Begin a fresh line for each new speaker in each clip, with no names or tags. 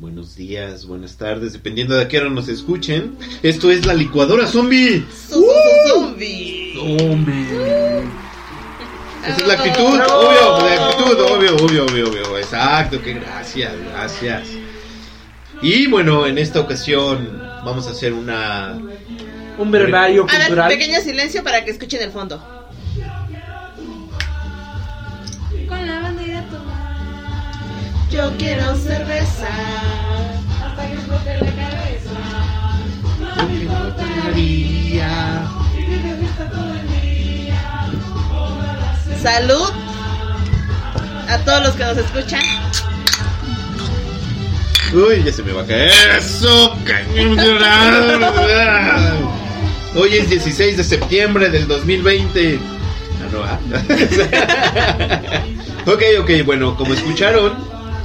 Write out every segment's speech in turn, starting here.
buenos días, buenas tardes, dependiendo de a qué hora nos escuchen. Esto es la licuadora zombie.
Zombie.
Esa es la actitud, obvio, la actitud, obvio, obvio, obvio, obvio. Exacto, que gracias, gracias. Y bueno, en esta ocasión vamos a hacer una.
Un verbario
Ahora,
cultural.
pequeño silencio para que escuchen el fondo.
Con la bandera tomada
Yo quiero cerveza.
hasta que explote la cabeza. No me importa la
María.
vida, que me gusta todo el día.
Salud a todos los que nos escuchan.
Uy, ya se me va a caer. Eso, cañón. Hoy es 16 de septiembre del 2020. Ah, no, ah. ok, ok, bueno, como escucharon,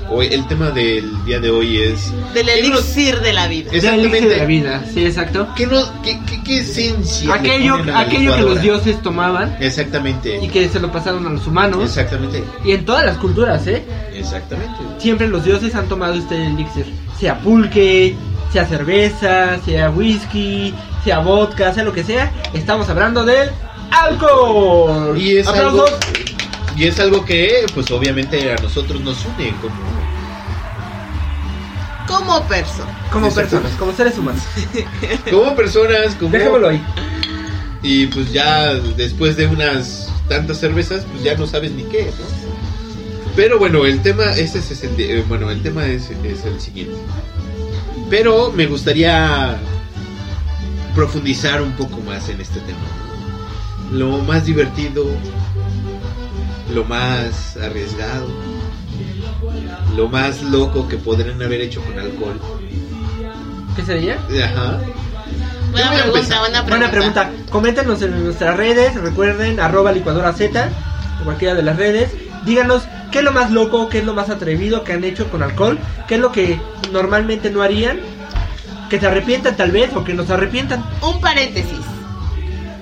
hoy el tema del día de hoy es.
Del
¿Qué nos-
elixir de la vida.
Ya elige de la
Exactamente.
vida, sí, exacto.
¿Qué, nos- qué, qué- qué esencia? le
Aquello,
ponen a la
aquello que los
licuadora?
dioses tomaban y
Exactamente.
que se lo pasaron a los humanos.
Exactamente.
Y en todas las culturas, ¿eh?
Exactamente.
Siempre los dioses han tomado este elixir. Sea pulque, sea cerveza, sea whisky, sea vodka, sea lo que sea. Estamos hablando del alcohol.
Y es algo,
Aplausos.
y es algo que, pues obviamente a nosotros nos une como
Como persona.
Como
Exacto.
personas, como seres humanos.
como personas, como...
Dejémoslo ahí.
Y pues ya después de unas tantas cervezas, pues ya no sabes ni qué, ¿no? Pero bueno, el tema ese es el de- eh, bueno, el tema es, es el siguiente. Pero me gustaría profundizar un poco más en este tema. ¿no? Lo más divertido, lo más arriesgado, lo más loco que podrían haber hecho con alcohol.
¿Qué sería?
Ajá. Yo
Buena
voy a
pregunta,
empezar.
buena pregunta.
Buena pregunta. Coméntenos en nuestras redes, recuerden, arroba licuadora Z, o cualquiera de las redes. Díganos qué es lo más loco, qué es lo más atrevido que han hecho con alcohol, qué es lo que normalmente no harían, que se arrepientan tal vez o que nos arrepientan.
Un paréntesis.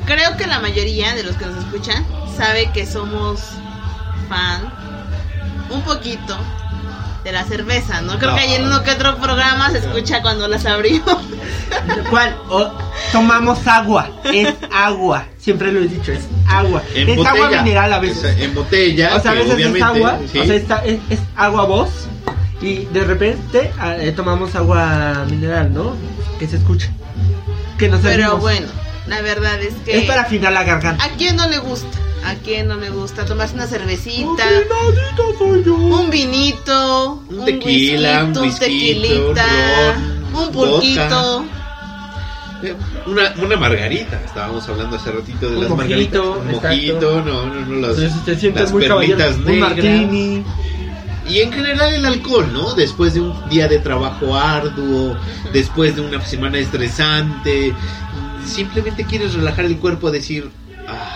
Creo que la mayoría de los que nos escuchan sabe que somos fan un poquito de la cerveza, ¿no? Creo que ahí en uno que otro programa se escucha cuando las abrimos.
¿Cuál? O- tomamos agua, es agua. Siempre lo he dicho, es agua.
En
es
botella.
agua mineral a veces.
Es- en botella.
o sea, a
que
veces es
obviamente,
agua,
sí.
o sea, está- es, es agua voz y de repente ah, eh, tomamos agua mineral, ¿no? Que se escucha. Que nos
Pero
servimos.
bueno, la verdad es que...
Es para afinar la garganta.
¿A quién no le gusta? ¿A quién no le gusta tomarse una cervecita?
Afinadito soy yo.
Un vinito, un,
tequila, un
whisky,
whisky,
tequilita,
un ron,
un pulquito,
Una, una margarita, estábamos hablando hace ratito de
Un
las
mojito,
margaritas. Un
exacto.
mojito, no, no, no, las,
Entonces, te sientes
las
muy caballero.
perlitas
Un
negras.
martini.
Y en general el alcohol, ¿no? Después de un día de trabajo arduo, después de una semana estresante, simplemente quieres relajar el cuerpo, decir, ah,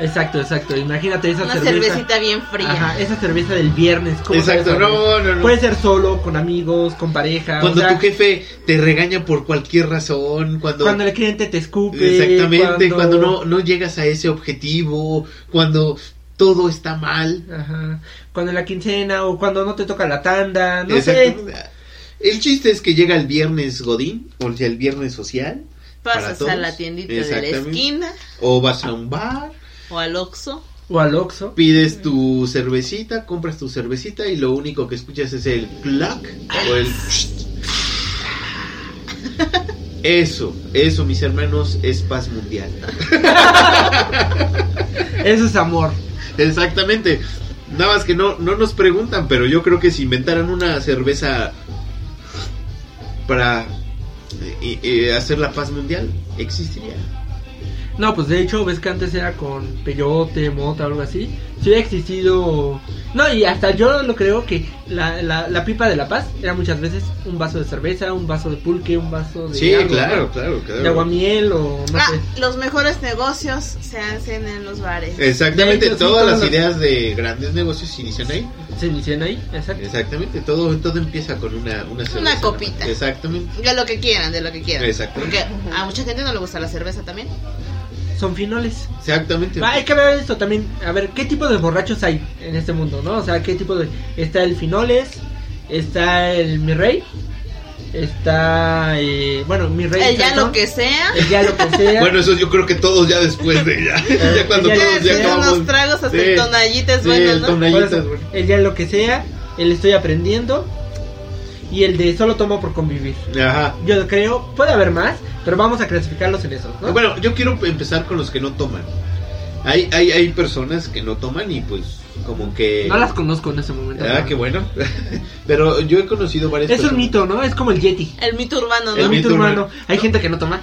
Exacto, exacto. Imagínate esa
una
cerveza.
cervecita bien fría.
Ajá, esa cerveza del viernes. ¿cómo
exacto,
sabe saber?
no, no, no.
Puede ser solo, con amigos, con pareja.
cuando
Pues, o sea,
tu jefe te regaña por cualquier razón, cuando...
cuando el cliente te escupe.
Exactamente, cuando, no, no llegas a ese objetivo, cuando todo está mal.
Ajá. Cuando la quincena o cuando no te toca la tanda, Ah, no sé.
Exactamente. El chiste es que llega el viernes Godín, o sea, el viernes social, para
Pasas
todos.
a la tiendita de la
Exactamente.
esquina
o vas a un bar,
o al Oxxo.
O al Oxxo.
pides tu cervecita, compras tu cervecita y lo único que escuchas es el clac o el... Eso, eso, mis hermanos, es paz mundial.
Eso es amor.
Exactamente. Nada más que no, no nos preguntan, pero yo creo que si inventaran una cerveza para eh, eh, hacer la paz mundial, existiría.
No, pues de hecho, ves que antes era con peyote, mota, algo así. Si hubiera existido No, y hasta yo lo creo que la, la, la pipa de la paz era muchas veces un vaso de cerveza, un vaso de pulque, un vaso de,
Sí,
algo,
claro,
¿no?
claro, claro.
de aguamiel o no
Ah,
sé.
los mejores negocios se hacen en los bares.
Exactamente,
De hecho, sí,
todas
todas
las
las-
ideas de grandes negocios se inician ahí.
Se inician ahí, exacto.
Exactamente, todo, todo empieza con una Una, cerveza.
copita.
Exactamente.
De lo que quieran, de lo que quieran.
Exacto.
Porque a mucha gente no le gusta la cerveza también.
Son finoles.
Exactamente.
Ah, hay que ver esto también. A ver, ¿qué tipo de borrachos hay en este mundo, no? O sea, ¿qué tipo de...? Está el finoles, está el mi rey, está... eh, bueno, mi rey...
El ya
Cantón,
lo que sea.
El ya lo que sea.
Bueno, eso yo creo que todos ya después de ya. ya cuando
ya
todos
después
ya
de
acabamos.
unos tragos hasta el tonallita es
sí,
bueno,
el
¿no?
Por
tonallita
eso,
es bueno.
el ya lo que sea, el estoy aprendiendo y el de solo tomo por convivir.
Ajá.
Yo creo, puede haber más, pero vamos a clasificarlos en esos, ¿no?
Bueno, yo quiero empezar con los que no toman. Hay, hay, hay personas que no toman y pues como que...
no las conozco en ese momento.
Ah,
¿no?
qué bueno. Pero yo he conocido varias
Es un
personas.
mito, ¿no? Es como el Yeti.
El mito urbano,
El
El
¿no?
mito
mito
urbano.
humano. Hay gente que no toma.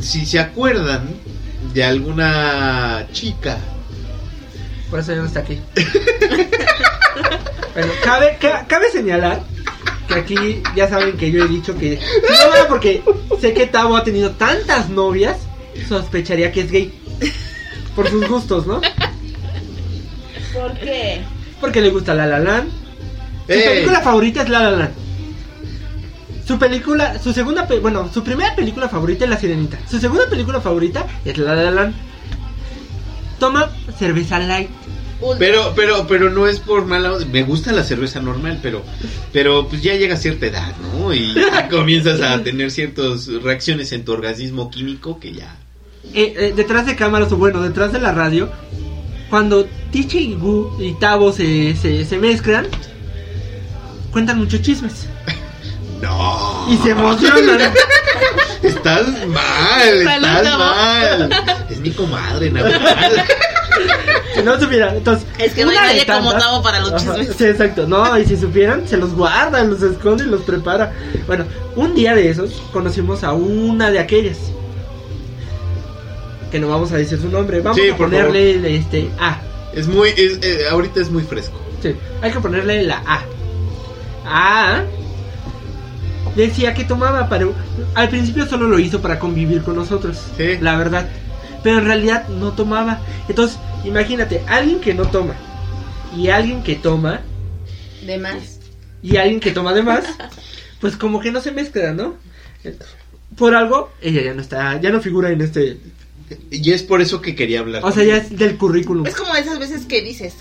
Si se acuerdan de alguna chica
Por eso ya no está aquí. bueno, cabe, ca- cabe señalar que aquí ya saben que yo he dicho que. Si no fuera porque sé que Tavo ha tenido tantas novias, sospecharía que es gay. Por sus gustos, ¿no?
¿Por qué?
Porque le gusta La La Land. Su
¡Ey!
película favorita es La La Land. Su película, su segunda, pe- bueno, su primera película favorita es La Sirenita. Su segunda película favorita es La La Land. Toma cerveza light.
Ultra.
Pero, pero, pero no es por mala onda. Me gusta la cerveza normal, pero, pero pues ya llega cierta edad, ¿no? Y ya comienzas a tener ciertas reacciones en tu organismo químico que ya.
Eh, eh, detrás de cámaras, o bueno, detrás de la radio, cuando Tiche y Gu y Tavo se, se, se mezclan, cuentan muchos chismes.
No.
Y se emocionan.
Estás mal, estás
Saludo.
mal. Es mi comadre, nada
Si no supiera, entonces.
Es que no hay
una de
nadie como
tantas-
Tavo para los
Ajá,
chismes.
sí, exacto. No, y si supieran, se los guarda, los esconde y los prepara. Bueno, un día de esos conocimos a una de aquellas. Que no vamos a decir su nombre. Vamos
Sí,
a
por
ponerle este A.
Es muy, es, eh, ahorita es muy fresco.
Sí, hay que ponerle la A. A decía que tomaba, pero al principio solo lo hizo para convivir con nosotros.
Sí.
La verdad. Pero en realidad no tomaba. Entonces, imagínate, alguien que no toma y alguien que toma
De más.
y alguien que toma de más, pues como que no se mezcla, ¿no? Por algo, ella ya no está, ya no figura en este.
Y es por eso que quería hablar.
O sea, ya es del currículum.
Es como esas veces que dices,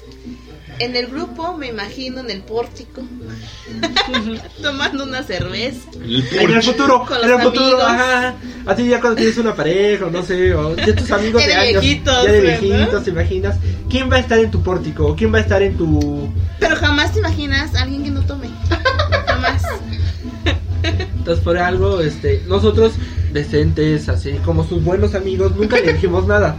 en el grupo me imagino en el pórtico, tomando una cerveza.
El
En el
porche.
futuro,
Con
en el
los
futuro,
amigos.
ajá. A ti ya cuando tienes una pareja, o no sé, o de tus amigos
Ya
de
de
años,
viejitos,
ya de
¿verdad?
viejitos, ¿te imaginas? ¿Quién va a estar en tu pórtico? ¿O ¿Quién va a estar en tu...?
Pero jamás te imaginas a alguien que no tome. Jamás.
Entonces, pues, por algo, este, nosotros, decentes, así, como sus buenos amigos, nunca le dijimos nada.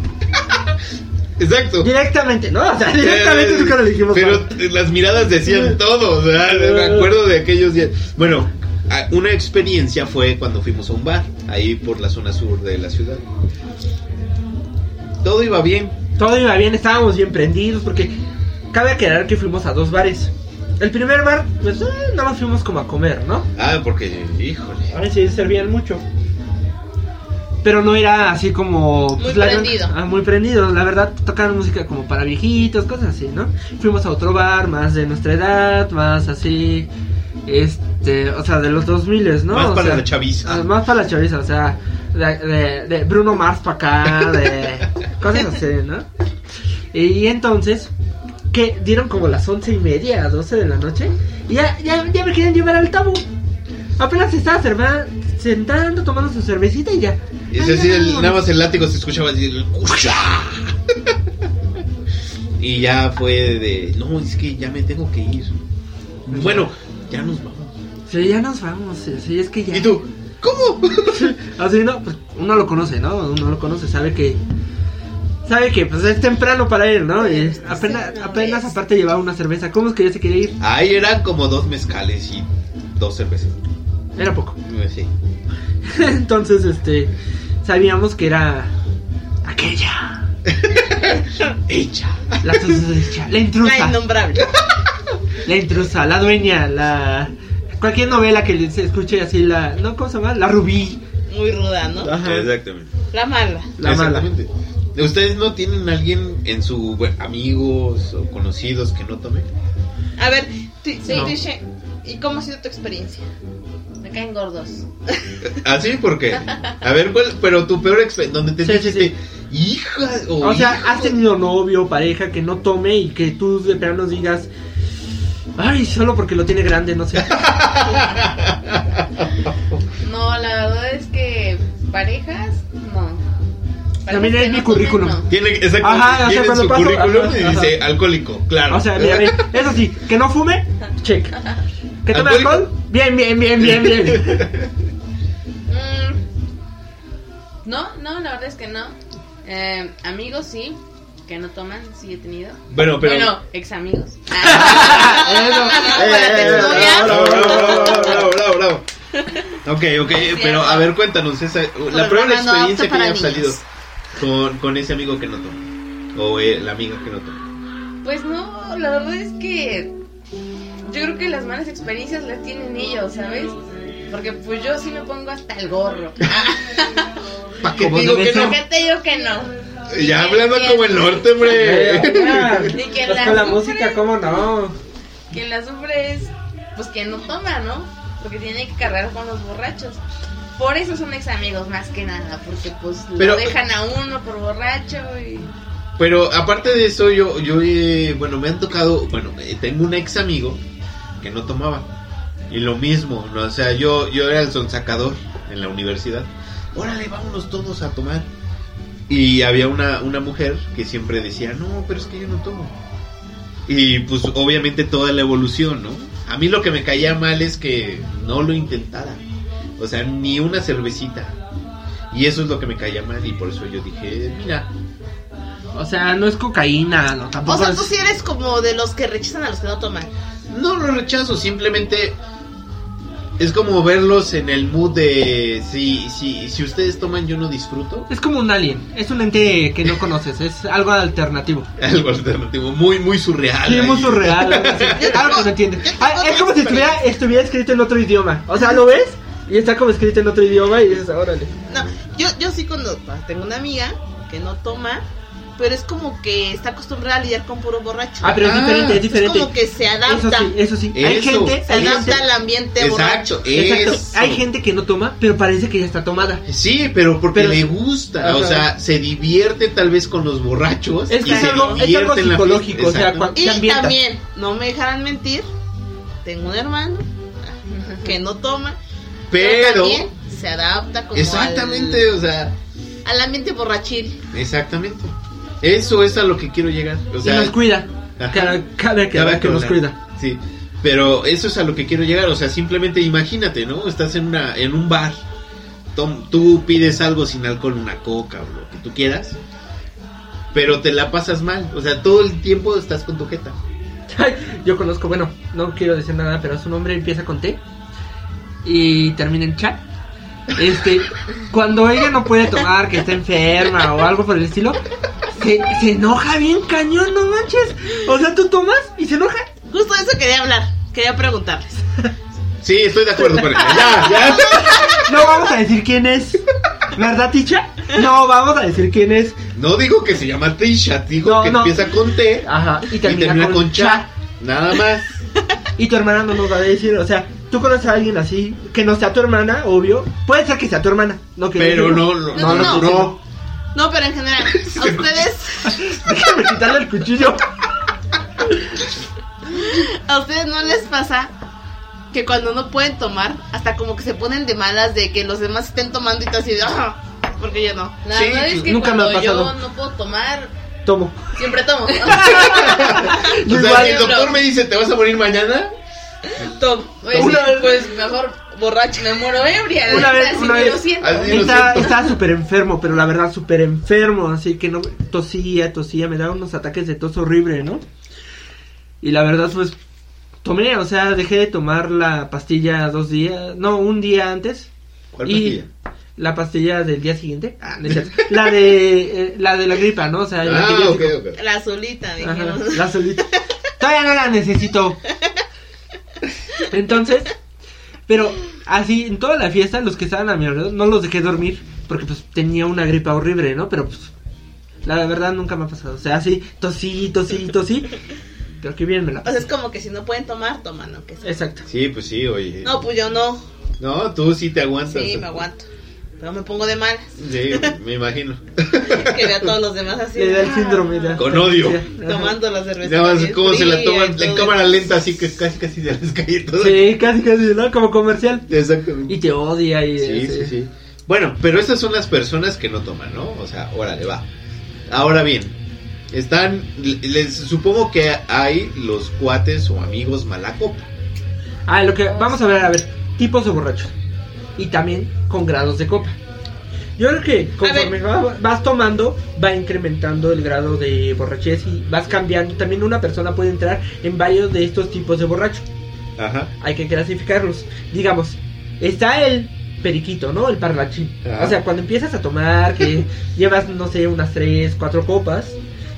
Exacto.
Directamente, ¿no? O sea, directamente nunca le dijimos
Pero
nada.
t- las miradas decían todo, o sea, me acuerdo de aquellos días. Bueno, a- una experiencia fue cuando fuimos a un bar, ahí por la zona sur de la ciudad. Todo iba bien.
Todo iba bien, estábamos bien prendidos, porque cabe aclarar que fuimos a dos bares. El primer bar, pues, eh, nada más fuimos como a comer, ¿no?
Ah, porque, híjole.
Ay, sí, servían mucho. Pero no era así como...
Muy
la-
prendido.
ah, muy prendido, la verdad. Tocaban música como para viejitos, cosas así, ¿no? Fuimos a otro bar, más de nuestra edad, más así... Este, o sea, de los 2000, ¿no?
Más
O
para
sea,
la chaviza.
ah, Más para la chaviza, o sea, de, de- de Bruno Mars para acá, de cosas así, ¿no? Y entonces, que dieron como las once y media, doce de la noche, y ya, ya, ya me querían llevar al tabú. Apenas se estaba cerva- sentando, tomando su cervecita y ya.
Es decir, el- nada más el látigo se escuchaba así. el ¡cucha! y ya fue de, no, es que ya me tengo que ir. Bueno, ya nos vamos.
Sí, ya nos vamos, sí, sí, es que ya.
¿Y tú? ¿Cómo?
Así no, pues uno lo conoce, ¿no? Uno lo conoce, sabe que. Sabe que pues es temprano para él, ¿no? Y es- apenas, apenas aparte llevaba una cerveza. ¿Cómo es que ya se quería ir?
Ahí eran como dos mezcales y dos cervezas.
Era poco.
Sí.
Entonces, este, sabíamos que era aquella.
Hecha.
La, susodicha, la
La
intrusa,
innombrable.
la intrusa, la dueña, la... Cualquier novela que se escuche así, la... ¿No? ¿Cómo se llama? La rubí.
Muy ruda, ¿no?
Ajá.
Exactamente.
La mala.
La mala.
Exactamente. ¿Ustedes no tienen alguien en su bueno, amigos o conocidos que no tome?
A ver, tú- sí,
No.
Tisha, ¿y cómo ha sido tu experiencia?
Me caen gordos.
Así Ah, porque. A ver, ¿cuál? Pero tu peor experiencia. Donde te
Sí, sí,
dijiste, hija o,
O sea,
hijo".
has tenido novio, pareja que no tome y que tú de plano digas... Ay, solo porque lo tiene grande, no sé.
No, la verdad es que parejas, no. Parejas
También
que
es mi
no tomen,
currículum.
no.
Tiene, exacto,
Ajá, o sea,
tiene en
cuando
su
paso-
currículum
ajá,
y
ajá.
dice alcohólico, claro.
O sea, mira, ve, eso sí, que no fume, check. Que tome
Alcohólico.
alcohol, bien, bien, bien, bien, bien.
Mm, No, no, la verdad es que no. Eh, amigos sí, que no toman, sí he tenido.
bueno, pero.
Bueno, ex amigos. Ah.
Eso.
para
Eh,
tu novia.
bravo, bravo, bravo, bravo, bravo, bravo. Ok, ok, pero a ver, cuéntanos esa, la peor
Programa no apto
experiencia que
para
hayas salido
niños.
con, con ese amigo que no toma. O eh, la amiga que no toma.
Pues no, la verdad es que yo creo que las malas experiencias las tienen ellos, ¿sabes? Porque pues yo sí me pongo hasta el gorro.
¿Para qué
Como
digo
debe
que
ser.
no?
¿Por qué te digo que no?
Ya hablando como el norte,
eh,
hombre.
Ah,
Ni que
pues
la
con la
sufre.
música, ¿cómo no?
Quien la sufre es pues quien no toma, ¿no? Porque tiene que cargar con los borrachos. Por eso son ex amigos más que nada, porque pues
Pero-
lo dejan a uno por borracho y
Pero aparte de eso, yo, yo eh, bueno, me han tocado, bueno, eh, tengo un ex amigo que no tomaba. Y lo mismo, ¿no? o sea, yo, yo era el sonsacador en la universidad. Órale, vámonos todos a tomar. Y había una, una mujer que siempre decía, no, pero es que yo no tomo. Y pues obviamente toda la evolución, ¿no? A mí lo que me caía mal es que no lo intentara. O sea, ni una cervecita. Y eso es lo que me caía mal y por eso yo dije, mira,
O sea, no es cocaína, no,
O
tampoco
sea,
es...
tú sí eres como de los que rechazan a los que no toman.
No lo rechazo, simplemente es como verlos en el mood de si, si, si ustedes toman yo no disfruto.
Es como un alien, es un ente que no conoces, es algo alternativo.
Algo alternativo, muy, muy surreal.
Sí,
ahí.
muy surreal, algo así. algo que no entiendes. Ah, es como si estuviera, estuviera escrito en otro idioma. O sea, ¿lo ves? Y está como escrito en otro idioma y dices, órale.
No, yo, yo sí cuando ah, tengo una amiga que no toma, pero es como que está acostumbrada a lidiar con puro borracho.
Ah, pero es
Ah,
diferente, es
es
diferente.
como que se
Eso
adapta,
sí, eso sí. Hay
Eso.
gente,
se
hay gente,
adapta al ambiente
Exacto,
borracho.
exacto.
eso.
Hay gente que no toma, pero parece que ya está tomada.
Sí, pero porque
Pero-
le gusta, o
Ajá.
sea, se divierte tal vez con los borrachos.
Es que
y
es
se
algo- es
divierte
algo
en la
psicológico,
fiesta.
o sea,
Exacto.
cuando-
Y
se ambienta.
también, no me dejarán mentir, tengo un hermano que no toma,
Pero,
también se adapta como
exactamente, o sea,
al, al ambiente borrachil.
exactamente. Eso es a lo que quiero llegar. O
y
sea,
nos cuida.
Ajá.
Cada, cada que,
Cada
que nos
cosa.
cuida.
Sí, pero eso es a lo que quiero llegar. O sea, simplemente imagínate, ¿no? Estás en, una, en un bar, tom- tú pides algo sin alcohol, una coca o lo que tú quieras, pero te la pasas mal. O sea, todo el tiempo estás con tu jeta.
Ay, Yo conozco, bueno, no quiero decir nada, pero su nombre empieza con T y termina en chat. Este, cuando ella no puede tomar, que está enferma o algo por el estilo, se, se enoja bien cañón, no manches. O sea, tú tomas y se enoja.
Justo de eso quería hablar, quería preguntarles.
Sí, estoy de acuerdo con Ya, ya.
No vamos a decir quién es. ¿Verdad, Ticha? No vamos a decir quién es.
No digo que se llama Tisha, digo
No,
que
no.
empieza con T
Ajá, y
y termina, con,
cha.
Cha. Nada más.
Y tu hermana no nos va a decir, o sea, tú conoces a alguien así, que no sea tu hermana, obvio. Puede ser que sea tu hermana, no que
Pero no, lo-
No,
no,
no,
no,
no. No, pero en general, a ustedes,
Déjame quitarle el cuchillo.
a ustedes no les pasa que cuando no pueden tomar, hasta como que se ponen de malas de que los demás estén tomando y todo así de, "Ah, porque yo no.
la
Sí,
verdad es que
pues, nunca me ha
cuando yo
pasado.
no puedo tomar,
Tomo.
siempre tomo.
O sea,
Igual,
si el doctor me dice, ¿te vas a morir mañana?
Tom, pues,
Una
sí,
vez-
pues mejor borracho, me muero
¿eh?
ebria.
Una
la
vez-
neta, sí
una
me
vez-
lo siento.
Así lo
Estaba
siento.
estaba súper enfermo, pero la verdad súper enfermo, así que no tosía, tosía, me daba unos ataques de tos horrible, ¿no? Y la verdad pues tomé, o sea, dejé de tomar la pastilla dos días, no, un día antes.
¿Cuál
y
pastilla?
la pastilla del día siguiente. Ah, no es cierto. La de, eh, la de la gripa, ¿no? O sea, el
Ah, ok,
antibiótico.
ok.
La solita,
Ajá,
dijimos.
la solita. Todavía no la necesito. Entonces, pero así, en toda la fiesta, los que estaban a mi alrededor, no los dejé dormir porque pues tenía una gripa horrible, ¿no? Pero pues, la verdad nunca me ha pasado. O sea, así, tosí, tosí, tosí. Pero que bien me la
O sea, es
pasé.
como que si no pueden tomar, toman, aunque sea.
Exacto.
Sí, pues sí, oye.
No, pues yo no.
No, tú sí te aguantas.
Sí, me aguanto. Pero me pongo de malas.
Sí, me imagino.
Que veo a todos los demás así.
Le da el
ah,
síndrome de...
Con odio.
Ajá.
Tomando la cerveza.
Nada más
bien
cómo se la
fría y
toman en
todo.
cámara lenta, así que casi casi de las calles todas.
Sí, casi, casi, ¿no? Como comercial.
Exactamente.
Y te odia y...
Sí,
eh.
sí, sí. Bueno, pero esas son las personas que no toman, ¿no? O sea, órale, va. Ahora bien, están, les supongo que hay los cuates o amigos mala copa.
Ah, lo que vamos a ver, a ver, tipos de borrachos. Y también con grados de copa. Yo creo que conforme va- vas tomando, va incrementando el grado de borrachez y vas cambiando. También una persona puede entrar en varios de estos tipos de borracho.
Ajá.
Hay que clasificarlos. Digamos, está el periquito, ¿no? El parlachín.
Ajá.
O sea, cuando empiezas a tomar, que llevas, no sé, unas tres, cuatro copas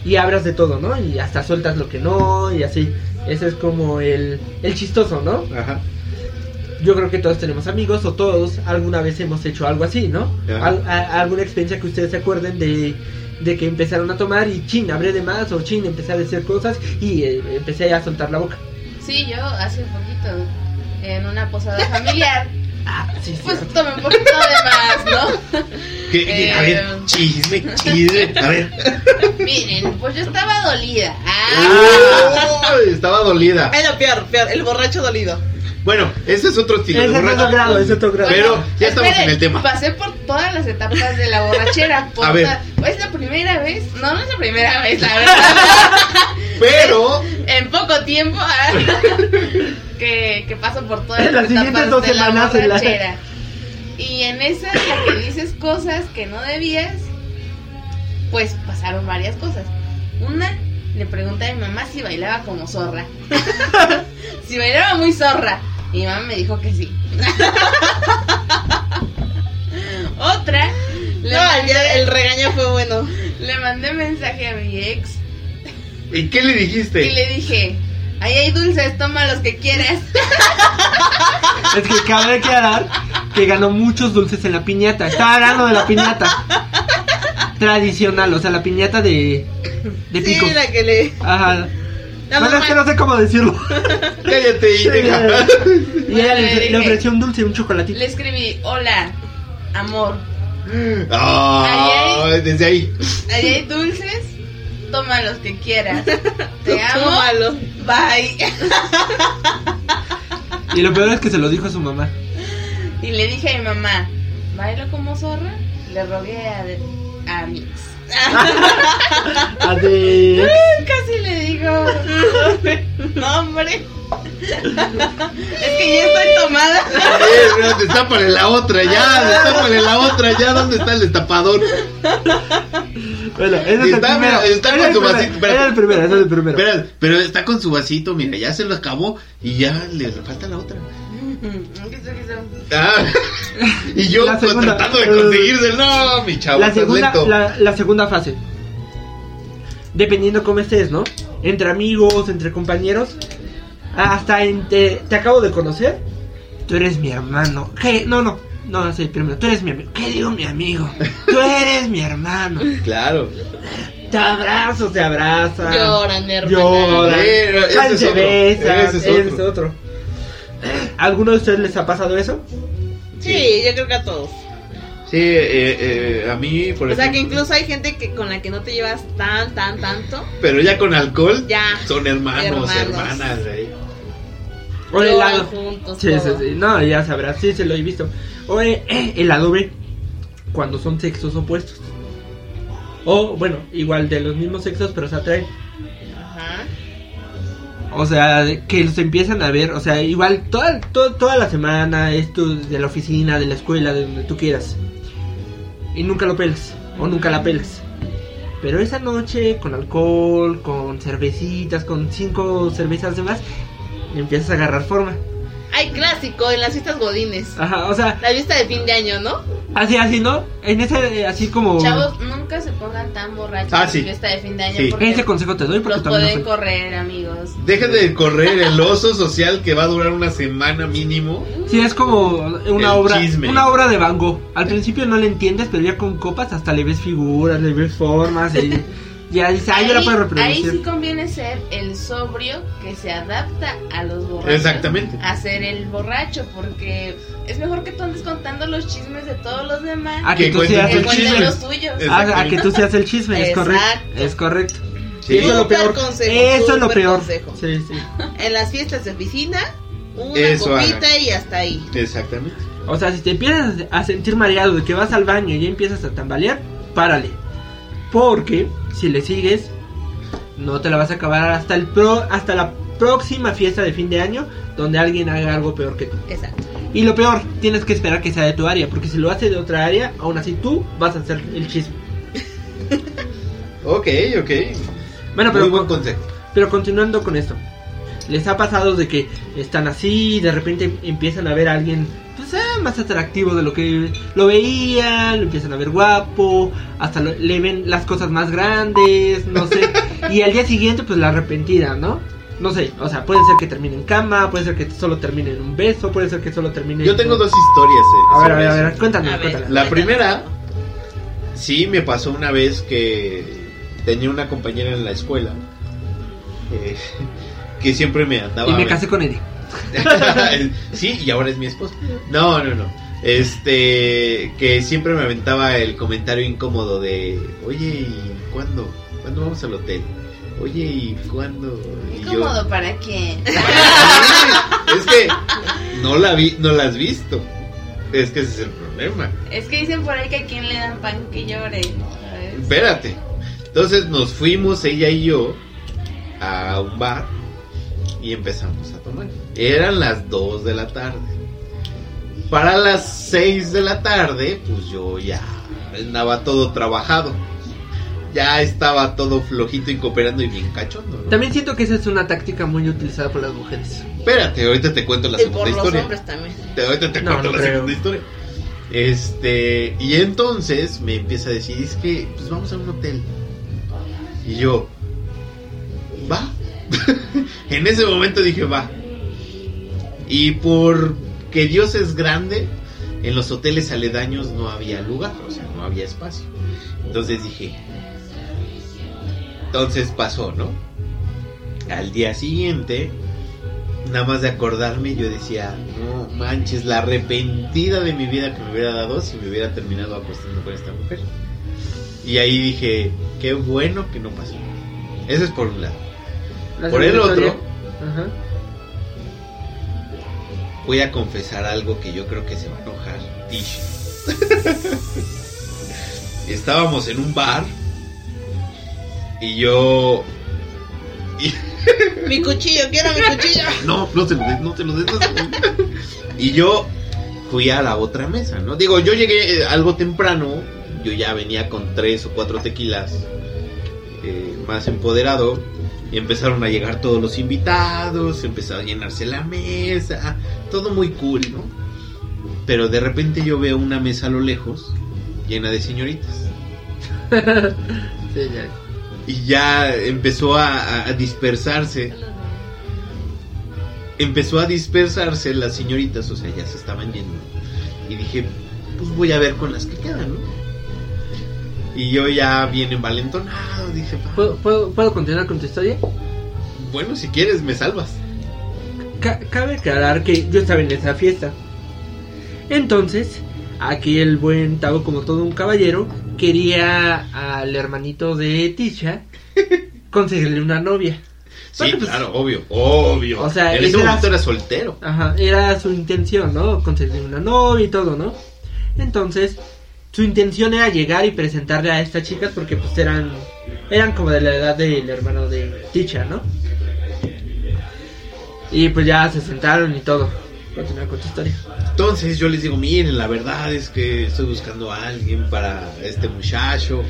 y abras de todo, ¿no? Y hasta sueltas lo que no y así. Ese es como el, el chistoso, ¿no?
Ajá.
Yo creo que todos tenemos amigos o todos alguna vez hemos hecho algo así, ¿no?
Ajá.
Al- a- alguna experiencia que ustedes se acuerden de, de que empezaron a tomar y chin, hablé de más o chin, empecé a decir cosas y eh, empecé a soltar la boca.
Sí, yo hace poquito, en una posada familiar,
Ah, sí, sí.
pues tomé un poquito de más, ¿no?
¿Qué- qué? A
Eh.
ver, chisme, chisme. A ver.
Miren, pues yo estaba dolida. Ah,
Ah, estaba dolida.
Es lo peor, peor. El borracho dolido.
Bueno, ese es otro tipo
Ese es otro grado, ese es otro grado.
Ah, Pero ya estamos
esperen,
en el tema.
Pasé por todas las etapas de la borrachera. por
A ver.
la- es la primera vez. No, no es la primera vez, la verdad.
Pero
en poco tiempo ah, que, que paso por todas
En las siguientes dos
de la
semanas en la-
borrachera. Y en esas en la que dices cosas que no debías, pues pasaron varias cosas. Una, le pregunté a mi mamá si bailaba como zorra. si bailaba muy zorra. Y mi mamá me dijo que sí. Otra, le,
No, el,
mandé,
día- el regaño fue bueno.
le mandé mensaje a mi ex
¿Y qué le
y
dijiste?
le dije, ahí hay dulces, toma los que quieras.
Es que cabe declarar que ganó muchos dulces en la piñata. Estaba hablando de la piñata. Tradicional, o sea, la piñata de, de
Sí,
pico.
la que le.
Ajá.
La
Bueno, es
mamá-
que no sé cómo decirlo.
Cállate y deja.
Y ella
Bueno,
le,
le
le
dije-
ofreció un dulce, un chocolatito.
Le escribí, hola, amor,
Ay, desde ahí.
ahí hay dulces, toma los que quieras. Te amo,
Tómalo.
bye.
Y lo peor es que se lo dijo a su mamá.
Y le dije a mi mamá, bailo como zorra, le rogué a, de- a mi ex.
Ah.
Ah, Adiós.
Casi le digo,
Hombre. es que ya estoy tomada.
A ver, no, destápale la otra ya, destápale la otra ya. ¿Dónde está el destapador?
Bueno, ese es el
Está-
primero.
está
Era
con
el
tu
primero,
vasito, espérate.
Era el primero, ese es el primero.
Espera, pero está con su vasito, mira, ya se lo acabó y ya le falta la otra.
¿qué hizo, qué hizo?
Ah, y yo
La segunda.
tratando de conseguirse. No, mi chavo,
la,
estás
segunda,
lento.
la, la segunda fase. Dependiendo cómo estés, ¿no? Entre amigos, entre compañeros. Hasta en te, te acabo de conocer. Tú eres mi hermano. ¿Qué? No, no. No, sí, primero. Tú eres mi amigo. ¿Qué digo mi amigo? Tú eres mi hermano.
Claro.
Te abrazo, te abraza.
Lloran, hermana.
Lloran.
Eh, ese
Ay,
es
se
otro,
besan,
ese es
ese es
otro.
otro. ¿Alguno de ustedes les ha pasado eso?
Sí, yo creo que a todos.
Sí, eh, eh, a mí, por
O sea que
ejemplo,
incluso hay gente que con la que no te llevas tan, tan, tanto.
Pero ya con alcohol,
Ya.
son hermanos,
Hermanos.
hermanas. ahí.
O el
Lloran
lado.
juntos.
Sí, sí,
todo.
sí. No, ya sabrás, sí, se lo he visto. O eh, eh, el lado B, cuando son sexos opuestos. O, bueno, igual de los mismos sexos, pero se atraen.
Ajá.
O sea, que los empiezan a ver, o sea, igual toda, to- toda la semana, esto de la oficina, de la escuela, de donde tú quieras. Y nunca lo pelas, o nunca la pelas. Pero esa noche, con alcohol, con cervecitas, con cinco cervezas de más, empiezas a agarrar forma.
Hay clásico en las fiestas godines.
Ajá, o sea,
La fiesta de fin de año, ¿no?
Así, así, ¿no? En ese, eh, así como...
Chavos, nunca se pongan tan borrachos
Ah,
en
sí.
fiesta de fin de año
Sí.
porque
Ese consejo te doy porque
los
también lo
pueden
soy.
correr, amigos.
Dejen de correr el oso social que va a durar una semana mínimo.
Sí, es como una
El
obra,
chisme.
una obra de Van Gogh. Al principio no le entiendes, pero ya con copas hasta le ves figuras, le ves formas. y ya dices, ah, yo la puedo
ahí sí
reproducir.
conviene ser el sobrio que se adapta a los borrachos.
Exactamente.
A ser el borracho, porque es mejor que tú andes contando los chismes de todos los demás.
Ah,
Que
que tú
cuenten
seas
que
tus
el
cuenten
chismes.
los
chisme.
tuyos.
Es-
Ah, a que tú seas el chisme, es correcto.
Exacto.
Es correcto.
Sí.
Eso es lo
Súper
peor.
consejo,
Eso es lo
súper
peor.
consejo.
Sí, sí.
En las fiestas de oficina, una
Eso
copita
hagan.
y hasta ahí.
Exactamente.
O sea, si te empiezas a sentir mareado de que vas al baño y ya empiezas a tambalear, párale. Porque si le sigues, no te la vas a acabar hasta el pro, hasta la próxima fiesta de fin de año donde alguien haga algo peor que tú.
Exacto.
Y lo peor, tienes que esperar que sea de tu área, porque si lo hace de otra área, aún así tú vas a hacer el chisme.
Ok, ok. Muy
Bueno, pero,
buen consejo.
pero continuando con esto. ¿Les ha pasado de que están así y de repente empiezan a ver a alguien pues, ah, más atractivo de lo que lo veían? Lo empiezan a ver guapo, hasta lo- le ven las cosas más grandes, no sé. y al día siguiente, pues la arrepentida, ¿no? No sé, o sea, puede ser que termine en cama, puede ser que solo termine en un beso, puede ser que solo termine
Yo
en-
tengo dos historias. eh,
A ver,
sobre
a ver, a
eso.
ver, cuéntanos,
A ver.
cuéntanos.
La primera, sí, me pasó una vez que tenía una compañera en la escuela eh, que siempre me andaba.
Y me
aventando-
casé con él.
sí, y ahora es mi esposo. No, no, no. Este, que siempre me aventaba el comentario incómodo de, oye, ¿y cuándo? ¿Cuándo vamos al hotel? Oye, ¿y cuándo? Y yo,
Incómodo para quién.
es que no la vi, no la has visto. Es que ese es el problema.
Es que dicen por ahí que a quién le dan pan que llore. ¿sabes?
Espérate. Entonces nos fuimos ella y yo a un bar y empezamos a tomar. Eran las 2 de la tarde. Para las 6 de la tarde, pues yo ya andaba todo trabajado. Ya estaba todo flojito y cooperando y bien cachondo. ¿no?
También siento que esa es una táctica muy utilizada por las mujeres.
Espérate, ahorita te cuento la
Y
segunda
Eh, por los
historia.
hombres también.
Te- ahorita te
No,
cuento
no
la
creo.
segunda historia. Este, y entonces me empieza a decir, es que pues vamos a un hotel. Y yo, va. en ese momento dije, va. Y porque Dios es grande, en los hoteles aledaños no había lugar, o sea, no había espacio. Entonces dije, entonces pasó, ¿no? Al día siguiente, nada más de acordarme, yo decía, no manches, la arrepentida de mi vida que me hubiera dado si me hubiera terminado acostando con esta mujer. Y ahí dije, qué bueno que no pasó. Eso es por un lado.
La
Por el
segunda
otro.
historia- Ajá.
Voy a confesar algo que yo creo que se va a enojar. Tish. Estábamos en un bar y yo
Mi cuchillo, quiero mi cuchillo.
No, no te lo des, no te lo des. no te lo des. y yo fui a la otra mesa, ¿no? Digo, yo llegué eh, algo temprano, yo ya venía con tres o cuatro tequilas eh, más empoderado. Y empezaron a llegar todos los invitados, empezó a llenarse la mesa, todo muy cool, ¿no? Pero de repente yo veo una mesa a lo lejos llena de señoritas.
Sí, ya.
Y ya empezó a- a- a dispersarse empezó a dispersarse las señoritas, o sea, ya se estaban yendo. Y dije, pues voy a ver con las que quedan, ¿no? Y yo ya bien envalentonado, dije, "Va,
¿Puedo, puedo, puedo continuar con tu historia? Pues
bueno, si quieres, me salvas.
Ca- cabe aclarar que yo estaba en esa fiesta. Entonces, aquí el buen Tavo, como todo un caballero, quería al hermanito de Tisha conseguirle una novia.
Sí,
Bueno, pues-
claro, obvio, obvio.
O sea,
en ese
ese era-
momento era soltero.
Ajá, era su intención, ¿no? Conseguir una novia y todo, ¿no? Entonces, su intención era llegar y presentarle a estas chicas porque pues eran eran como de la edad del hermano de Ticha, ¿no? Y pues ya se sentaron y todo. Continúa con tu historia.
Entonces yo les digo, miren, la verdad es que estoy buscando a alguien para este muchacho.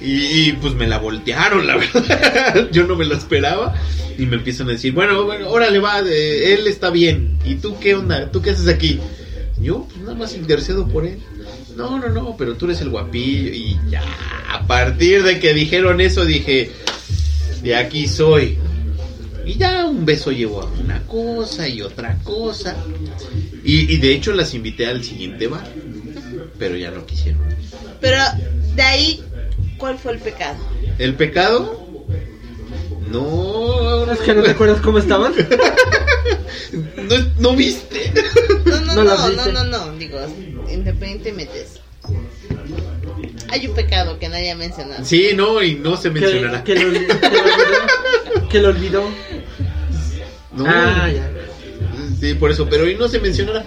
Y, y, pues me la voltearon, la verdad. yo no me lo esperaba. Y me empiezan a decir, bueno, bueno, órale, va, eh, él está bien. ¿Y tú qué onda? ¿Tú qué haces aquí? Yo pues, nada más intercedo por él. No, no, no, pero tú eres el guapillo. Y ya, a partir de que dijeron eso, dije, de aquí soy. Y ya un beso llevó a una cosa y otra cosa. Y, y de hecho las invité al siguiente bar, pero ya no quisieron.
Pero de ahí, ¿cuál fue el pecado?
¿El pecado? No.
¿Es que no te acuerdas cómo estaban?
No, no viste.
No, no,
No
no,
las
no, no,
viste.
no, digo, independientemente de eso. Hay un pecado que nadie ha mencionado.
Sí, no, y no se mencionará.
Que, que lo, olvi- que lo olvidó. Que lo olvidó.
No.
Ah, ya.
Sí, por eso, pero hoy no se mencionará.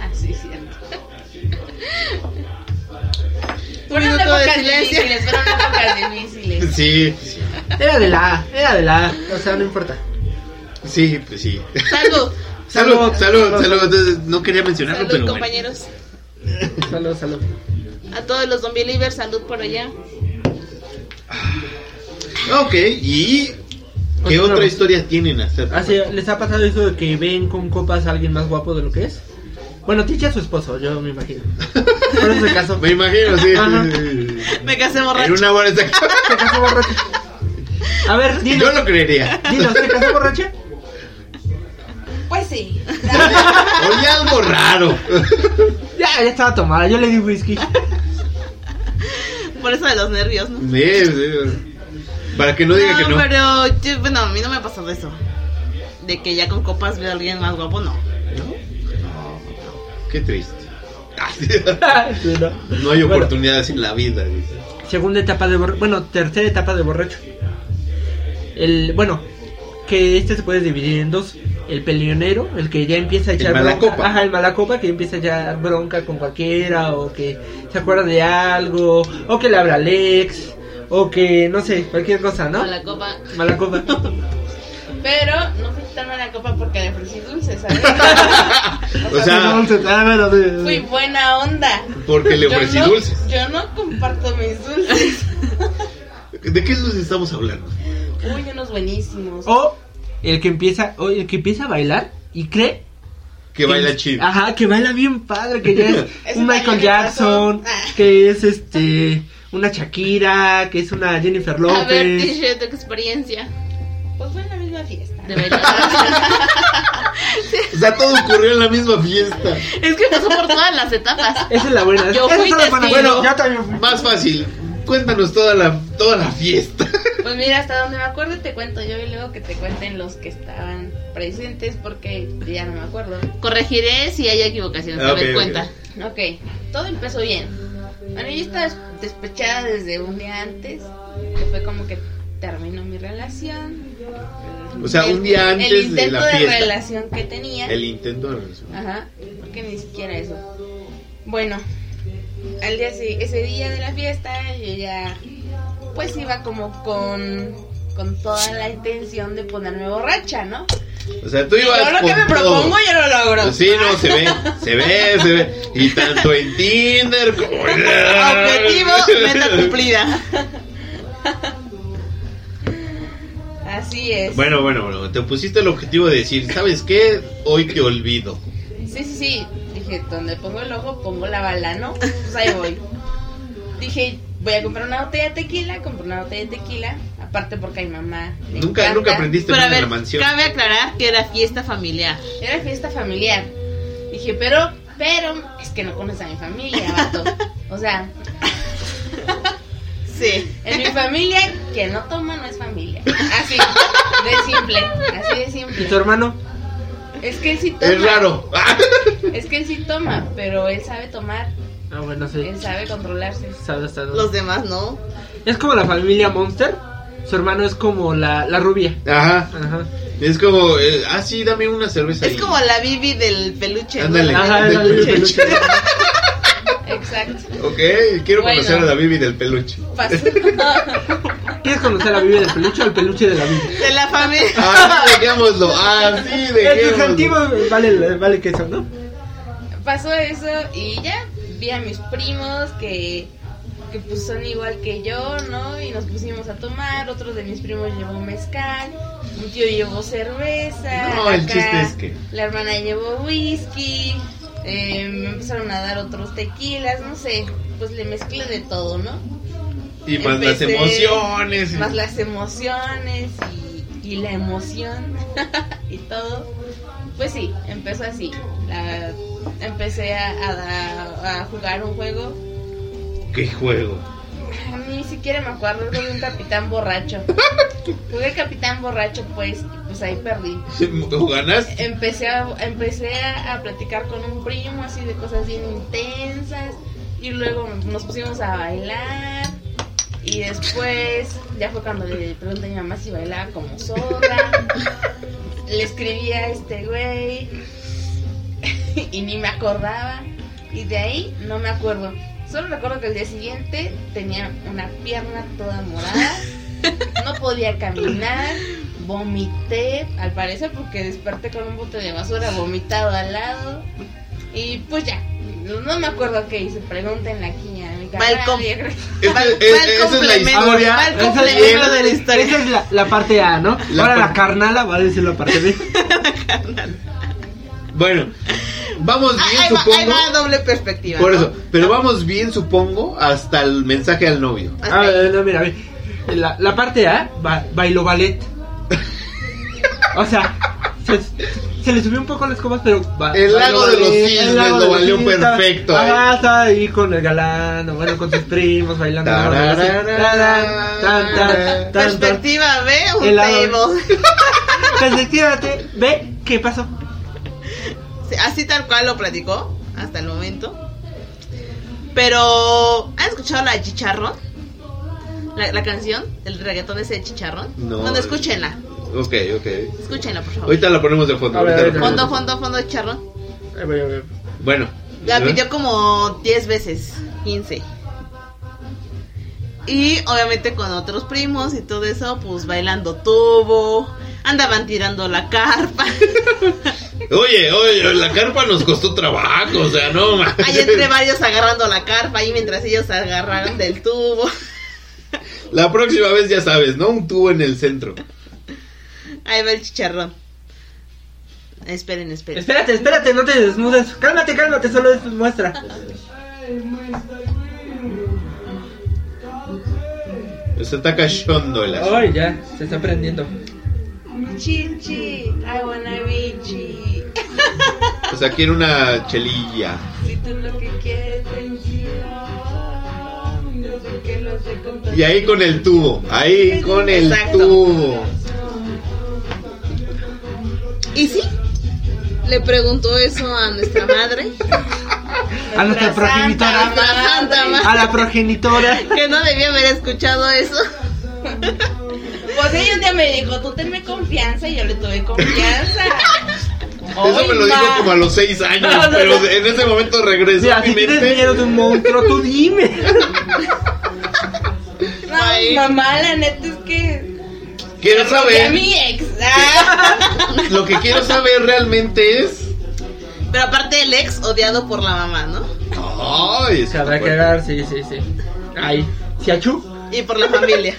Ah, sí, cierto.
Un
Fueron
minuto de
épocas
silencio.
difíciles, fueron épocas difíciles.
Sí,
Era de la A, era de la A. O sea, no importa.
sí, pues sí.
Salud,
Salud,
Salud,
salud,
salud.
salud. No quería mencionarlo,
salud
pero bueno.
compañeros.
Salud, salud.
A todos los Don Believers, salud por allá.
Ok, ¿y
Pues
qué
Continuamos.
otra historia tienen hasta
Así, Ah, ¿Les ha pasado eso de que ven con copas a alguien más guapo de lo que es? Bueno, Ticha es su esposo, yo me imagino. Por eso se casó.
Me imagino, sí.
Ajá.
Me casé
En
borracho.
una buena
Se casó borracho. A ver,
Yo
dinos,
lo creería.
dinos, ¿se casó borracha?
Pues sí.
Oye, algo raro.
Ya, ya estaba tomada, yo le di whisky.
Por eso de los nervios, ¿no?
Sí, sí. Para que no diga que no.
pero yo- bueno, a mí no me ha pasado eso. De que ya con copas veo a alguien más guapo, no.
Qué triste.
Sí, no.
No hay
Bueno,
oportunidades en la vida. dice.
Segunda etapa de borracho. Bueno, tercera etapa de borracho. El, bueno, que este se puede dividir en dos. El peleonero, el que ya empieza a
El
echar
malacopa.
bronca. Ajá, el malacopa, que empieza a echar bronca con cualquiera, o que se acuerda de algo, o que le habla al ex, o que no sé, cualquier cosa, ¿no?
Con la copa.
Malacopa.
Pero no fui tan mala copa porque le ofrecí dulces, ¿sabes?
O sea,
Fui buena onda.
porque le ofrecí
yo no,
dulces.
Yo no comparto mis dulces.
¿De qué dulces estamos hablando?
Uy, unos buenísimos.
Oh.
O el que empieza, o el que empieza a bailar y cree
Que baila chido.
Ajá, que baila bien padre, que ya es,
Es
un
una
Michael
Jennifer
Jackson,
Ah.
Jackson.
que es este una Shakira, que es una Jennifer
A ver,
pues.
López.
t-shirt de experiencia.
Pues fue en la misma fiesta.
De verdad.
O sea, todo ocurrió en la misma fiesta.
es que pasó por todas las etapas.
Esa es la buena.
Yo
Esas
fui
son las buenas.
testigo.
Bueno, yo también fui.
Más fácil. Cuéntanos toda la, toda la fiesta.
Pues mira, hasta donde me acuerdo te cuento yo y luego que te cuenten los que estaban presentes porque ya no me acuerdo.
Corregiré si hay equivocaciones. A
Ah, Ok,
ver,
ok.
cuenta.
Ok, todo empezó bien. Bueno, yo estaba des- despechada desde un día antes, que fue como que terminó mi relación.
O sea,
El-
un día antes
El
de
intento
la
de,
fiesta.
relación que tenía.
El intento de relación.
Ajá, porque ni siquiera eso. Bueno, al día sí, ese día de la fiesta yo ya pues iba como con con toda la intención de ponerme borracha, ¿no?
O sea, tú
Yo
ibas
lo que
con
me propongo
todo.
yo lo logro.
Sí, no, se ve, se ve, se ve. Y tanto en Tinder como Ah.
Objetivo, meta cumplida.
Así es.
Bueno, bueno, bueno, te pusiste el objetivo de decir, ¿sabes qué? Hoy te olvido.
Sí, sí, sí. Dije, donde pongo el ojo, pongo la bala, ¿no? Pues ahí voy. Dije, voy a comprar una botella de tequila, compré una botella de tequila, aparte porque a mi mamá. le
Nunca,
encanta.
nunca aprendiste
Pero a
nada de
ver,
la mansión.
cabe aclarar que era fiesta familiar.
Era fiesta familiar. Dije, pero, pero, es que no conoces a mi familia, vato. O sea,
Sí.
en mi familia, quien no toma no es familia. Así, de simple, así de
¿Y tu
simple.
hermano?
Es que él sí toma.
Es raro.
Es que él sí toma, pero él sabe tomar,
Ah, bueno, sí.
él sabe controlarse.
Sabe hasta dónde.
Los demás no.
Es como la familia Monster. Su hermano es como la, la rubia.
Ajá.
Ajá.
Es como, eh, ah, sí, dame una cerveza.
Es
ahí.
como la Bibi del peluche. ¿no?
Ándale.
Ajá,
Del
la del
peluche.
peluche.
Exacto.
Ok, quiero
Bueno.
conocer a la Bibi del peluche.
Pasó.
¿Quieres conocer a la Biblia del peluche o el peluche de la Biblia?
De la familia.
Así Ah, dejémoslo, así
El
dejémoslo.
sustantivo vale, vale queso, ¿no?
Pasó eso y ya vi a mis primos que, que pues son igual que yo, ¿no? Y nos pusimos a tomar, otro de mis primos llevó mezcal, un tío llevó cerveza.
No, el
acá
chiste es que-
La hermana llevó whisky, eh, me empezaron a dar otros tequilas, no sé, pues le mezclé de todo, ¿no?
Y más las
Empecé-
emociones.
Más las emociones y, y la emoción y todo. Pues sí, empezó así. La- empecé a, a- a jugar un juego.
¿Qué juego?
Ni siquiera me acuerdo, jugué un capitán borracho. Jugué capitán borracho, pues, y pues ahí perdí.
¿Ganaste?
Empecé a, empecé a, a platicar con un primo así de cosas bien intensas y luego nos pusimos a bailar y después ya fue cuando le pregunté a mi mamá si bailaba como zorra. le escribí a este güey y ni me acordaba y de ahí no me acuerdo. Solo recuerdo que el día siguiente tenía una pierna toda morada, no podía caminar, vomité, al parecer porque desperté con un bote de basura vomitado al lado y pues ya, no me acuerdo qué hice, pregúntenle aquí a mi
Va el
carnal,
com-
yo creo que-
Esa
Mal-
es-
mal
Este, esa es la
complemento.
historia.
Ahora, va el
esa es-
complemento de la historia.
Esa es la, la parte A, ¿no?
La
Ahora la
parte-
carnala va a decir la parte B.
Bueno, vamos
Ah,
bien,
ahí, va, ahí
supongo.
va doble perspectiva.
Por
¿no?
eso, pero vamos bien, supongo, hasta el mensaje al novio.
Ok.
Ah, no, mira, a ver. La, la parte A, ba- bailó ballet. O sea, se, se le subió un poco las comas, pero. ba-
El lago
bailó
de los
ballet,
cisnes
el lago
lo
de los
valió
cisnes,
perfecto,
Estaba,
eh.
estaba ahí con el galán, o bueno, con sus primos bailando.
Tararara,
Tan, tan, tan, tan.
Perspectiva B, un
El lado-
table.
Perspectivate, ve qué pasó.
Sí, Así tal cual lo platicó hasta el momento. Pero, ¿han escuchado la chicharrón? La, la canción, el reggaetón ese de chicharrón.
No.
Bueno, escúchenla.
Ok, ok.
Escúchenla, por favor.
Ahorita la ponemos de fondo.
A ver,
ahorita la
a ver.
ponemos.
Fondo, fondo, fondo de chicharrón.
Bueno.
La
¿eh?
pidió como 10 veces, 15. Y obviamente con otros primos y todo eso, pues bailando tubo, andaban tirando la carpa.
Oye, oye, la carpa nos costó trabajo, o sea, no ma-
Ahí entre varios agarrando la carpa, ahí mientras ellos se agarraron del tubo.
La próxima vez ya sabes, ¿no? Un tubo en el centro.
Ahí va el chicharrón. Esperen, esperen.
Espérate, espérate, no te desnudes. Cálmate, cálmate, solo es muestra.
Se está cachondo el asunto.
Ay, ya, se está prendiendo.
Chi, chi, I wanna be chi.
O sea, quiere una chelilla.
Si tú lo que quieres es yo sé que lo sé con
Y ahí con el tubo, ahí con el
Exacto.
tubo.
Y sí, le preguntó eso a nuestra madre,
A nuestra
Nuestra santa
progenitora.
a la santa madre,
A la progenitora.
que no debía haber escuchado eso.
Pues ella un día me dijo, tú tenme confianza y yo le tuve confianza.
Eso me lo dijo como a los seis años,
No, no,
pero
no.
en ese momento regresó
Mira,
a mi
si tienes
mente.
miedo de un monstruo, tú dime.
No, mamá, la neta es que...
Quiero
Que a
saber,
mi ex. Ah.
lo que quiero saber realmente es.
Pero aparte el ex odiado por la mamá, ¿no?
Ay,
Se habrá que
bueno.
agarrar, sí, sí, sí. Ay, Siachu.
Y por la familia.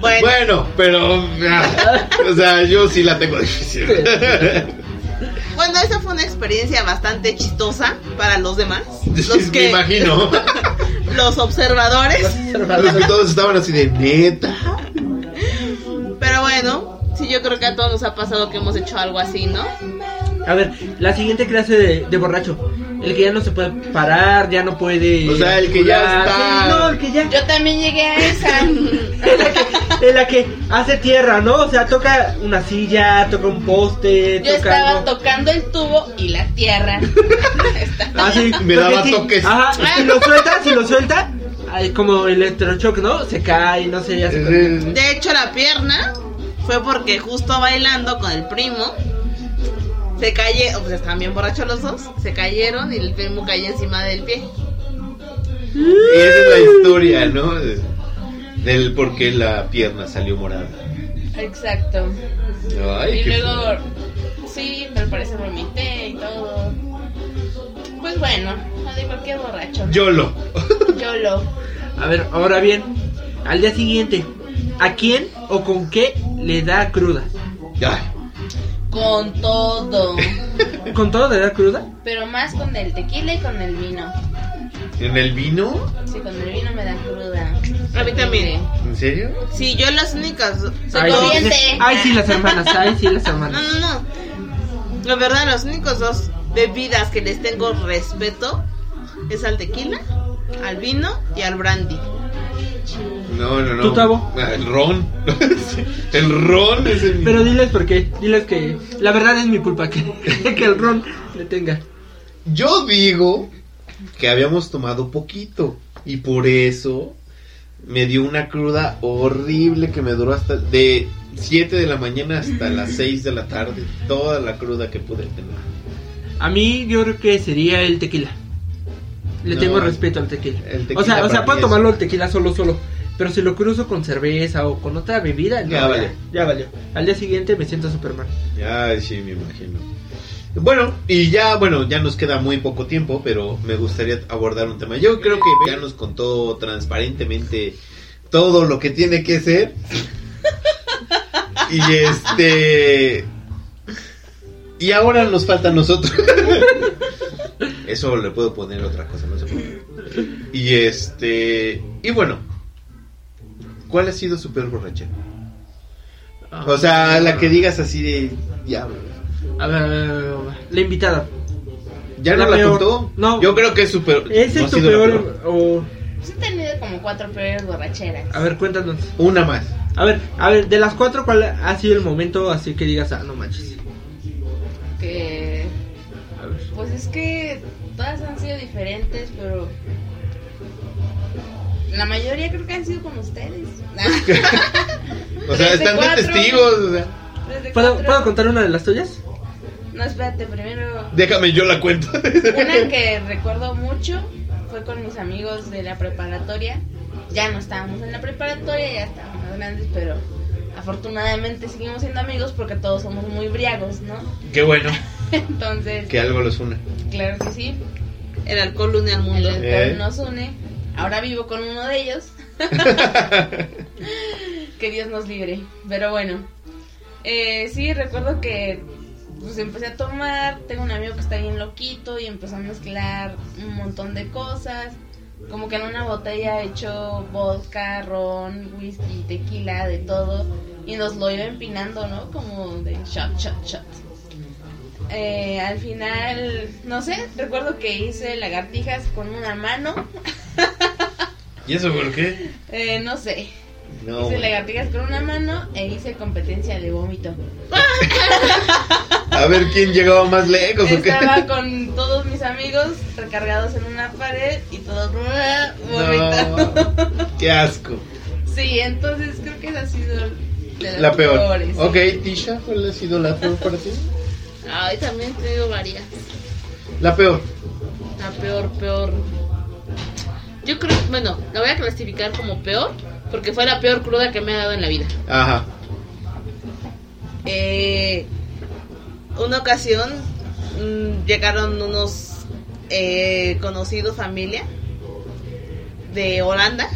Bueno,
Bueno, pero. ah, o sea, yo sí la tengo difícil.
bueno, esa fue una experiencia bastante chistosa para los demás. Los
Me
que,
imagino.
los observadores.
Los que todos estaban así de neta.
Pero bueno, sí, yo creo que a todos nos ha pasado que hemos hecho algo así, ¿no?
A ver, la siguiente clase de, de borracho. El que ya no se puede parar, ya no puede.
O sea, el que ya
articular.
está-
Sí, no, el que ya.
Yo también llegué a esa.
En la que hace tierra, ¿no? O sea, toca una silla, toca un poste,
Yo
toca.
estaba
algo.
tocando el tubo y la tierra.
Ah, sí,
Me
porque
daba
sí,
toques.
Ajá, si lo suelta, si lo suelta, hay como electrochoc, ¿no? Se cae, no sé, ya se
De hecho, la pierna fue porque justo bailando con el primo se cayeron, pues estaban bien borrachos los dos, se cayeron y el primo cayó encima del pie.
Y esa es la historia, ¿no? De- Del por qué la pierna salió morada.
Exacto.
Ay,
Y
qué
luego, sí, pero parece vomité y todo. Pues bueno, de cualquier borracho.
Yolo.
Yo lo.
A ver, ahora bien, al día siguiente, ¿a quién o con qué le da cruda?
Ay.
Con todo.
¿Con todo de edad cruda?
Pero más con el tequila y con el vino.
¿En el vino?
Sí, con el vino me da cruda.
A mí también.
¿En serio?
Sí, yo las únicas.
Ay,
dos-
sí. corriente.
ay, sí, las hermanas, ay, sí, las
No,
hermanas.
no, no. La verdad, los únicos dos bebidas que les tengo respeto es al tequila, al vino y al brandy.
No, no, no.
¿Tú, Tavo?
Ah, El ron. el ron es el.
Pero diles por qué, diles que la verdad es mi culpa que, que el ron le tenga.
Yo digo que habíamos tomado poquito y por eso me dio una cruda horrible que me duró hasta de 7 de la mañana hasta las 6 de la tarde, toda la cruda que pude tener.
A mí yo creo que sería el tequila. Le
No.
tengo respeto al tequila.
El tequila
O sea, o
para
sea,
mí
puedo
es-
tomarlo el tequila solo, solo. Pero si lo cruzo con cerveza o con otra bebida, no,
Ya valió.
ya valió. Al día siguiente me siento Superman.
Ay, sí, me imagino. Bueno, y ya, bueno, ya nos queda muy poco tiempo, pero me gustaría abordar un tema. Yo creo que ya nos contó transparentemente todo lo que tiene que ser. Y este. Y ahora nos falta a nosotros. Eso le puedo poner otra cosa, no se preocupe. Y este. Y bueno. ¿Cuál ha sido su peor borrachera? O sea, la que digas así de. Diablo.
A ver, a ver, a ver, a ver. la invitada.
¿Ya no
La
la
peor.
contó?
No.
Yo creo que es su peor.
¿Ese
no
es
ha
tu
sido la
peor o
Pues he tenido como cuatro peores borracheras.
a ver, cuéntanos.
Una más.
A ver, a ver, de las cuatro cuál ha sido el momento así que digas, "Ah, no manches."
Que.
A ver.
Pues es que todas han sido diferentes, pero. La mayoría creo que han sido como ustedes. Ah,
O sea,
Tres de
están de
cuatro.
testigos. o sea,
Desde
¿Puedo,
cuatro-
¿Puedo contar una de las tuyas?
No, espérate, primero.
déjame, yo la cuento.
Una que recuerdo mucho fue con mis amigos de la preparatoria. Ya no estábamos en la preparatoria, ya estábamos más grandes, pero afortunadamente seguimos siendo amigos porque todos somos muy briagos, ¿no?
Qué bueno.
Entonces,
Que algo los una.
claro que sí,
El alcohol une al
el
mundo.
alcohol
Eh.
nos une. Ahora vivo con uno de ellos. que Dios nos libre. Pero bueno, eh, sí, recuerdo que pues empecé a tomar, tengo un amigo que está bien loquito y empezó a mezclar un montón de cosas. Como que en una botella hecho vodka, ron, whisky, tequila, de todo. Y nos lo iba empinando, ¿no? Como de shot, shot, shot. Eh, al final, no sé, recuerdo que hice lagartijas con una mano.
¿Y eso por qué?
Eh, no sé,
No.
hice
bueno.
lagartijas con una mano e hice competencia de vómito.
A ver quién llegaba más lejos o qué.
Estaba con todos mis amigos recargados en una pared y todos "Bua, vomitando.
No. Qué asco.
Sí, entonces creo que esa ha sido de las
La peor.
peores, sí.
Ok, Tisha, ¿cuál ha sido la peor para ti?
Ay, también tengo varias.
La peor.
La peor, peor. Yo creo, bueno, la voy a clasificar como peor porque fue la peor cruda que me ha dado en la vida.
Ajá.
Eh, una ocasión mm, llegaron unos eh, conocidos familia de Holanda.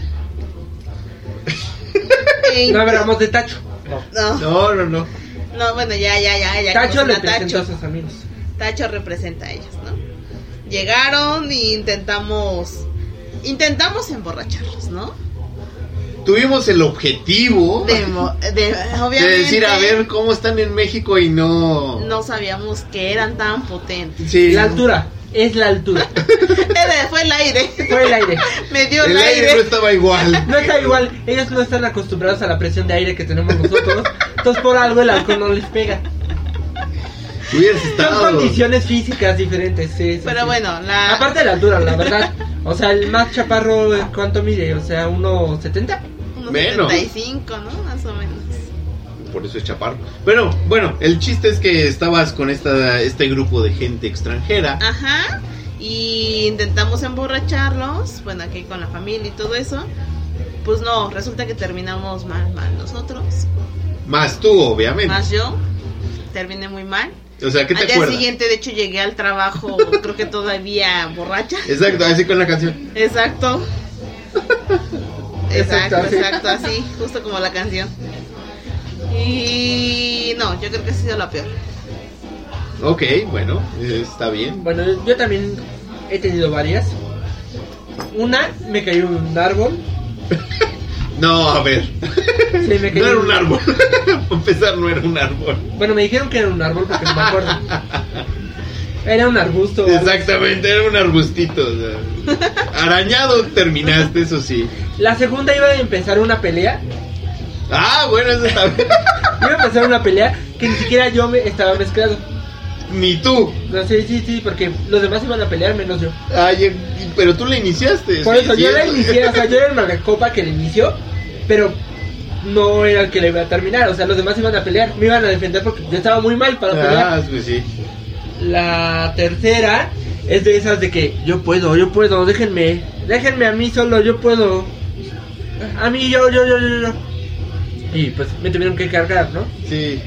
Y-
No, a ver, vamos de Tacho. No.
no, no,
No, no, no.
bueno, ya, ya, ya, ya.
Tacho
conocen
le
a
presentó a
Pues Tacho.
sus amigos.
Tacho representa a ellos, ¿no? Llegaron y intentamos, intentamos emborracharlos, ¿no?
Tuvimos el objetivo
De, mo- de-
de
obviamente.
decir, a ver cómo están en México y no.
No sabíamos que eran tan potentes.
Sí.
La altura, es la altura.
Era- Fue el aire.
Fue el aire.
Me dio
El aire no estaba igual.
No está igual, ellos no están acostumbrados a la presión de aire que tenemos nosotros. Entonces por algo el alcohol no les pega.
Hubieras
Son
estado.
condiciones físicas diferentes, sí, sí,
Pero
sí.
bueno, ah. la...
Aparte de la altura, la verdad. O sea, el más chaparro, eh, ¿cuánto mide? O sea, 1.70.
unos
menos.
75, ¿no? Más o menos.
Por eso es chaparro. Bueno, bueno, el chiste es que estabas con esta, este grupo de gente extranjera.
Ah. Ajá. Y intentamos emborracharlos, bueno, aquí con la familia y todo eso. Pues no, resulta que terminamos mal, mal nosotros.
Más tú, obviamente.
Más yo. Terminé muy mal.
O sea, ¿qué te
al día
acuerdas?
siguiente, de hecho, llegué al trabajo, creo que todavía borracha.
Exacto, así con la canción.
Exacto.
Exacto,
Exacto,
así.
exacto, así, justo como la canción. Y no, yo creo que ha sido la peor.
Ok, bueno, eh, está bien.
Bueno, yo también he tenido varias. Una, me cayó un árbol.
No, a ver.
Sí, me cayó
No era un árbol. Para empezar, no era un árbol.
Bueno, me dijeron que era un árbol porque no me acuerdo. Era un arbusto. o algo.
Exactamente, era un arbustito. o sea. Arañado terminaste, eso sí.
La segunda iba a empezar una pelea.
Ah, bueno, eso está bien.
Iba a empezar una pelea que ni siquiera yo me estaba mezclado.
Ni tú.
No sé, sí, sí, porque los demás iban a pelear menos yo.
Ay, eh, pero tú la iniciaste.
Por
sí,
eso
sí,
yo la
eso.
inicié, o sea, yo era el marcacopa que la inició, pero no era el que la iba a terminar. O sea, los demás iban a pelear, me iban a defender porque yo estaba muy mal para pelear.
Ah, pues sí.
La tercera es de esas de que yo puedo, yo puedo, déjenme, déjenme a mí solo, yo puedo. A mí, yo, yo, yo, yo, yo. Y pues me tuvieron que cargar, ¿no?
Sí.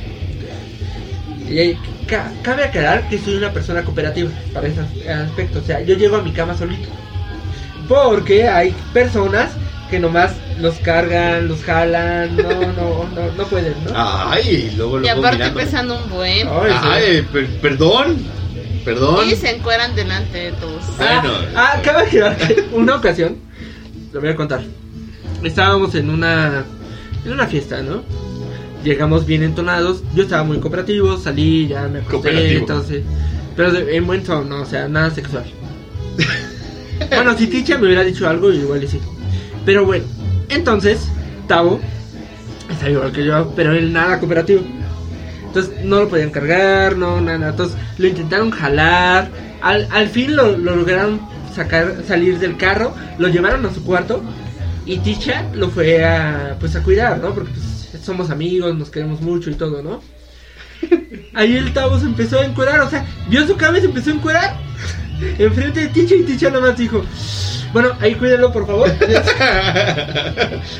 Y ahí ca- cabe aclarar que soy una persona cooperativa para esos aspectos. O sea, yo llego a mi cama solito. Porque hay personas que nomás los cargan, los jalan, no, no, no, no pueden, ¿no?
Ah, Ay, luego
Y
luego
aparte pues,
mirándome.
pesando un buen.
Ay, sí.
Ay, per- perdón. Perdón.
Y se encueran delante de todos.
Ah,
Bueno.
ah, cabe aclarar que una ocasión, lo voy a contar. Estábamos en una en una fiesta, ¿no? Llegamos bien entonados. Yo estaba muy cooperativo, salí, ya me acosté,
Cooperativo.
entonces. Pero de- en buen tono, o sea, nada sexual. bueno, si Ticha me hubiera dicho algo, igual y sí. Pero bueno, entonces, Tavo está igual que yo, pero él nada cooperativo. Entonces no lo podían cargar, no, nada. Entonces lo intentaron jalar. Al, al fin lo, lo lograron sacar, salir del carro, lo llevaron a su cuarto y Ticha lo fue a, pues, a cuidar, ¿no? Porque pues, somos amigos, nos queremos mucho y todo, ¿no? Ahí el Tavo se empezó a encuerar, o sea, vio su cabeza, empezó a encuerar enfrente de Ticha y Ticha nomás dijo, bueno, ahí cuídalo por favor.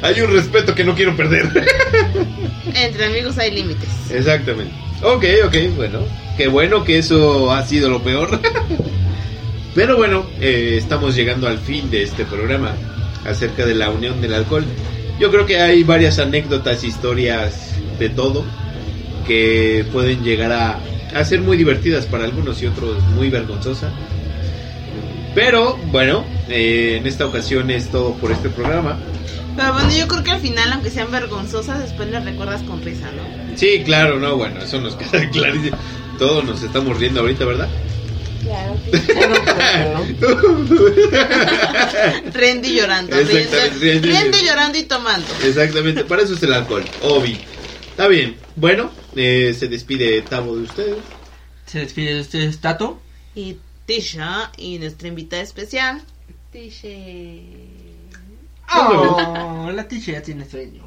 Hay un respeto que no quiero perder.
Entre amigos hay límites.
Exactamente. Ok, ok, bueno. Qué bueno que eso ha sido lo peor. Pero bueno, eh, estamos llegando al fin de este programa acerca de la unión del alcohol. Yo creo que hay varias anécdotas, historias de todo que pueden llegar a, a ser muy divertidas para algunos y otros muy vergonzosas. Pero bueno, eh, en esta ocasión es todo por este programa.
Pero bueno, yo creo que al final, aunque sean vergonzosas, después las recuerdas con risa, ¿no?
Sí, claro, no, bueno, eso nos queda clarísimo. Todos nos estamos riendo ahorita, ¿verdad?
Claro, sí.
Riendo y llorando. Riendo,
Exactamente, riendo
riendo
y
y
llorando.
llorando y tomando.
Exactamente, para eso es el alcohol, Obi. Está bien, bueno, eh, se despide Tavo de ustedes.
se despide de ustedes Tato.
Y Tisha y nuestra invitada especial.
Tiche.
Oh, la Ticha ya tiene sueño.